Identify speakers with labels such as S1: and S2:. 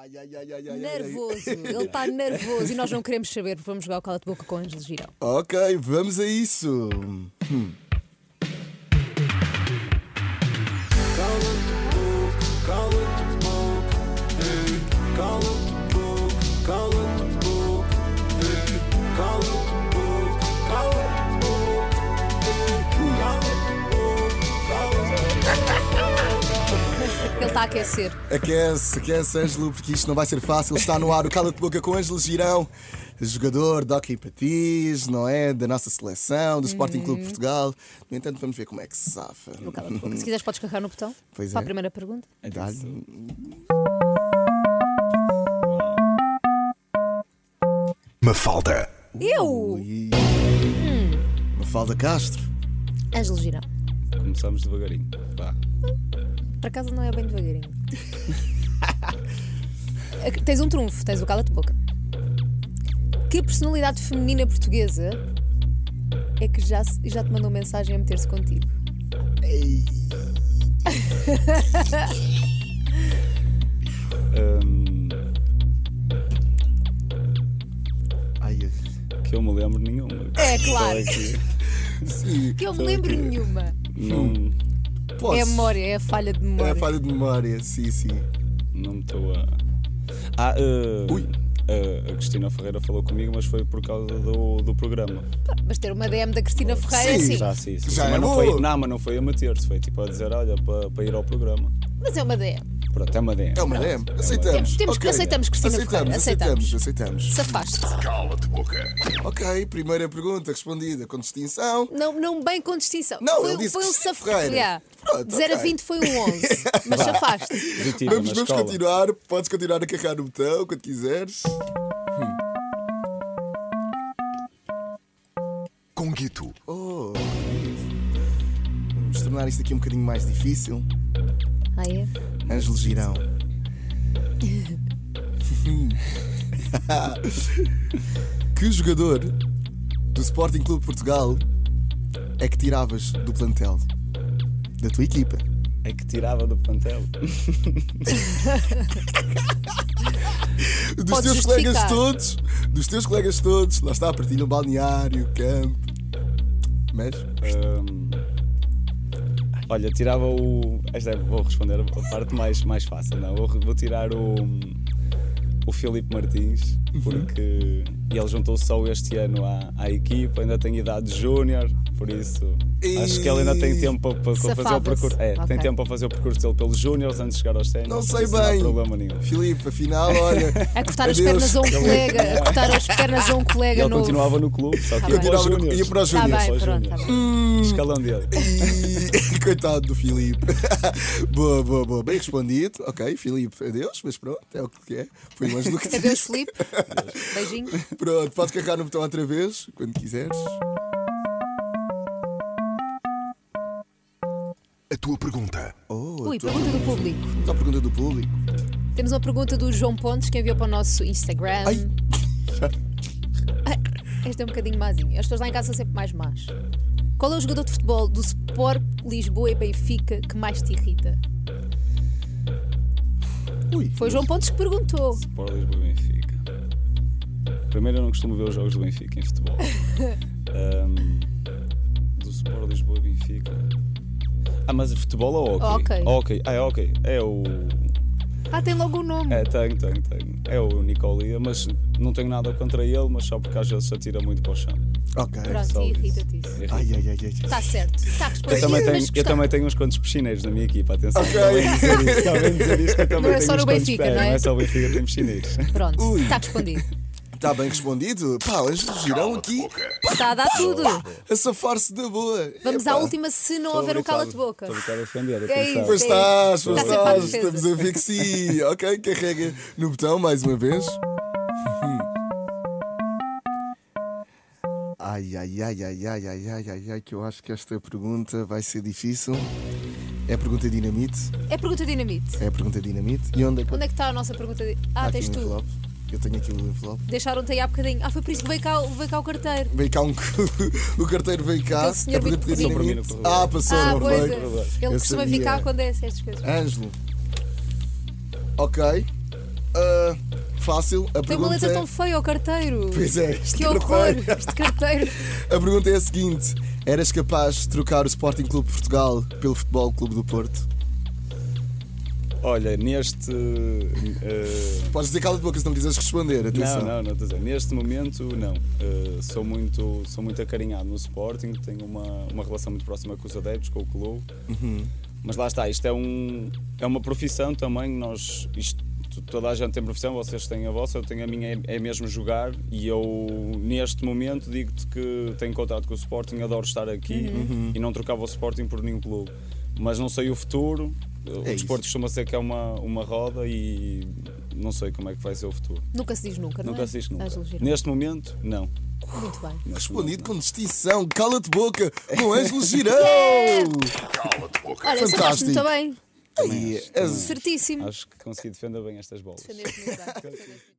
S1: Ai, ai, ai, ai, ai, ai.
S2: Nervoso, ele está nervoso e nós não queremos saber porque vamos jogar o cala-de-boca com o Ângelo Girão.
S1: Ok, vamos a isso. Hum.
S2: Ele está a aquecer.
S1: Aquece, aquece, Ângelo, porque isto não vai ser fácil. Está no ar o Cala de Boca com Ângelo Girão, jogador de hockey em patins, não é? Da nossa seleção, do Sporting Clube
S2: Uhum.
S1: de Portugal. No entanto, vamos ver como é que se safa.
S2: O cala-de-boca. Se quiseres, podes carregar no botão
S1: Pois
S2: para
S1: é.
S2: a primeira pergunta.
S1: Dá-lhe.
S3: Mafalda.
S2: Eu!
S1: Mafalda Castro.
S2: Ângelo Girão.
S4: Começamos devagarinho. Vá.
S2: Para casa não é bem devagarinho. Eh, tens um trunfo, tens o cala-te-boca. Que personalidade feminina portuguesa é que já, se- já te mandou mensagem a meter-se contigo?
S4: Hum,
S1: Ai, eu-
S4: que eu me lembro nenhuma.
S2: É, claro.
S4: Só aqui.
S1: Sim,
S2: Que eu me lembro nenhuma.
S4: Não
S1: posso.
S2: É a memória, é a falha de
S1: É
S2: memória.
S1: a falha de memória, sim, sim.
S4: não estou a. Ah, eh,
S1: Ui.
S4: eh, a Cristina Ferreira falou comigo, mas foi por causa do, do programa.
S2: Mas ter uma DM da Cristina Ferreira,
S1: Sim.
S2: sim.
S4: Já, sim, sim.
S1: Já
S4: mas
S1: é
S4: não
S1: boa.
S4: foi, não, mas não foi a meter-se, foi tipo a dizer, olha, para ir ao programa.
S2: Mas é uma DM.
S4: Pronto, é uma DM.
S1: É uma
S4: Pronto,
S1: DM.
S4: é uma
S1: Aceitamos.
S2: Temos- temos que-
S1: Ok.
S2: aceitamos, Cristina
S1: aceitamos,
S2: Ferreira,
S1: aceitamos, aceitamos.
S2: Safaste.
S3: Cala-te boca.
S1: Ok, primeira pergunta respondida com distinção.
S2: Não, não bem com distinção.
S1: Não,
S2: foi,
S1: ele disse
S2: foi um
S1: Cristina
S2: saf-
S1: Ferreira.
S2: Yeah.
S1: Pronto,
S2: de 0 a
S1: ok.
S2: 20 foi um 11. Mas safaste.
S4: Positiva
S1: vamos
S4: na
S1: vamos
S4: escola.
S1: continuar. Podes continuar a carregar no botão quando quiseres.
S3: Conguito.
S1: Oh. Vamos tornar isto aqui um bocadinho mais difícil.
S2: Ah, é?
S1: Ângelo Girão. que jogador do Sporting Clube de Portugal é que tiravas do plantel? Da tua equipa?
S4: É que tirava do plantel.
S1: Dos
S2: Podes
S1: teus
S2: justificar.
S1: colegas todos? Dos teus colegas todos? Lá está, partilham balneário, campo. Mas.
S4: Hum, olha, tirava o. Esta é- vou responder a parte mais, mais fácil, não? é? Vou, vou tirar o. O Filipe Martins,
S1: Uhum.
S4: porque ele juntou-se só este ano à, à equipa, ainda tem idade júnior, por isso acho que ele ainda tem
S1: E-
S4: tempo para, para fazer o
S2: Safava-se.
S4: percurso. É,
S2: Ok.
S4: tem tempo para fazer o percurso dele pelos júniores antes de chegar aos ténis.
S1: Não sei
S4: Não há
S1: bem.
S4: problema nenhum.
S1: Filipe, afinal, olha.
S2: A cortar
S1: adeus.
S2: as
S1: é
S2: pernas a um colega. A cortar as pernas a um colega
S4: Ele
S2: novo.
S4: continuava no clube, só que
S2: Tá
S4: ia
S2: bem.
S4: para os
S1: Continuava no-
S4: júniores.
S1: ia para os
S2: Tá
S1: júniores.
S2: bem,
S4: Só os
S2: pronto, tá
S4: júniores.
S2: bem.
S1: Hum.
S4: Escalão dele.
S1: E- Coitado do Filipe. boa, boa, boa. Bem respondido. Ok, Filipe, adeus, mas pronto, é o que é. Foi longe do que te
S2: Adeus,
S1: disse.
S2: Filipe. Beijinho.
S1: Pronto, podes carregar no botão outra vez, quando quiseres.
S3: A tua pergunta.
S1: Oh,
S2: Ui,
S1: a tua-
S2: pergunta do público.
S1: a tua pergunta do público.
S2: Temos uma pergunta do João Pontes que enviou para o nosso Instagram.
S1: Ai,
S2: Este é um bocadinho mazinho. As pessoas lá em casa são sempre mais más. Qual é o jogador de futebol do Sport Lisboa e Benfica que mais te irrita?
S1: ui.
S2: Foi o João Pontes que perguntou.
S4: Sport Lisboa e Benfica. Primeiro, eu não costumo ver os jogos do Benfica em futebol. Ahm, do Sport Lisboa e Benfica. Ah, mas futebol ou
S2: Hóquei.
S4: hockey? Hockey. Ah, é hockey. É o.
S2: Ah, tem logo o nome.
S4: É, tenho, tenho, tenho. É o Nicolia, mas não tenho nada contra ele, mas só porque às vezes se atira muito para o chão.
S1: Ok.
S2: Pronto,
S4: Só
S2: e
S4: isso.
S2: irrita-te isso.
S4: Irrita.
S1: Ai, ai, ai, ai.
S2: Está certo. Está respondido.
S4: Eu também,
S2: mas
S4: tenho, eu
S2: gostava-
S4: também tenho uns quantos piscineiros na minha equipa, atenção. é
S1: Ok.
S4: Também dizer isto, também dizer isto que eu também
S2: Não é
S4: tenho
S2: só
S4: uns
S2: no
S4: quantos
S2: Benfica,
S4: pés,
S2: não é?
S4: Não é só o Benfica, tem piscineiros.
S2: Pronto,
S1: Ui.
S2: está respondido.
S1: Está Tá bem respondido. Pá, hoje girão aqui
S2: Está a dar tudo.
S1: a safar-se da boa.
S2: Vamos à
S1: Epá.
S2: última se não
S4: Estou
S2: houver um
S4: habituado-
S2: cala-de-boca.
S4: Estou habituado a defender,
S2: É isso,
S4: atenção.
S1: Pois estás,
S2: Está
S1: pois
S2: sempre à
S1: estás.
S2: defesa.
S1: Estamos a ver que sim. Ok, carrega no botão mais uma vez. Ai, ai, ai, ai, ai, ai, ai, ai, ai, que eu acho que esta pergunta vai ser difícil. É a pergunta dinamite.
S2: É pergunta dinamite.
S1: É a pergunta dinamite. E onde é que
S2: Onde é que está a nossa pergunta? di-
S1: Está
S2: Ah,
S1: aqui
S2: tens
S1: no
S2: tu.
S1: envelope. Eu tenho aqui o envelope.
S2: Deixaram-te aí há bocadinho. Ah, foi por isso que veio cá, veio cá o carteiro.
S1: Veio cá um. o carteiro veio cá.
S2: Aquele senhor
S1: a pergunta
S2: muito
S1: dinamite.
S2: bonito.
S4: Passou para mim no corredor.
S1: Ah, passou,
S2: Ah,
S1: não
S2: pois
S1: veio.
S2: é.
S1: Eu
S2: Ele costuma
S1: sabia.
S4: É
S2: ficar quando é essas coisas.
S1: Ângelo. Ok. Ah, fácil. A
S2: Tem uma
S1: pergunta é,
S2: letra
S4: é.
S2: tão feia ao carteiro.
S1: Pois é, este
S2: Que horror,
S1: carteiro.
S2: este carteiro.
S1: A pergunta é a seguinte: eras capaz de trocar o Sporting Clube de Portugal pelo Futebol Clube do Porto?
S4: Olha, neste. eh,
S1: Podes dizer cala de boca se não quiseres responder, atenção.
S4: não, não, não estou a dizer. Neste momento, não. Eh, sou, muito, sou muito acarinhado no Sporting, tenho uma, uma relação muito próxima com os adeptos, com o clube.
S1: Uhum.
S4: Mas lá está, isto é, um, é uma profissão também. Nós, isto, toda a gente tem profissão, vocês têm a vossa, eu tenho a minha, é- é mesmo jogar. E eu, neste momento, digo-te que tenho contato com o Sporting, adoro estar aqui
S1: Uhum.
S4: e não trocava o Sporting por nenhum clube. Mas não sei o futuro. O
S1: É
S4: desporto
S1: isso.
S4: costuma ser que é uma, uma roda e não sei como é que vai ser o futuro.
S2: Nunca se diz nunca, não é?
S4: Nunca assisto nunca.
S2: Ângelo Girão.
S4: Neste momento, não.
S2: Muito bem.
S4: Neste
S1: Respondido
S4: momento,
S1: com distinção, cala-te boca com Ângelo Girão!
S3: Cala-te boca.
S2: Olha, acertaste
S1: Fantástico.
S2: muito bem.
S1: Aí, és- é
S2: Certíssimo.
S4: não. Acho que consegui defender bem estas bolas.
S2: Defendeste muito bem.